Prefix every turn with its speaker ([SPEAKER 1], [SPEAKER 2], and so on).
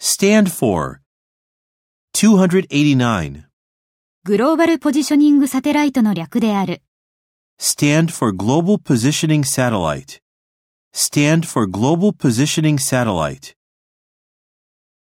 [SPEAKER 1] Stand for 289.
[SPEAKER 2] グローバルポジショニングサテライトの略である。
[SPEAKER 1] Stand for Global Positioning Satellite. Stand for Global Positioning Satellite.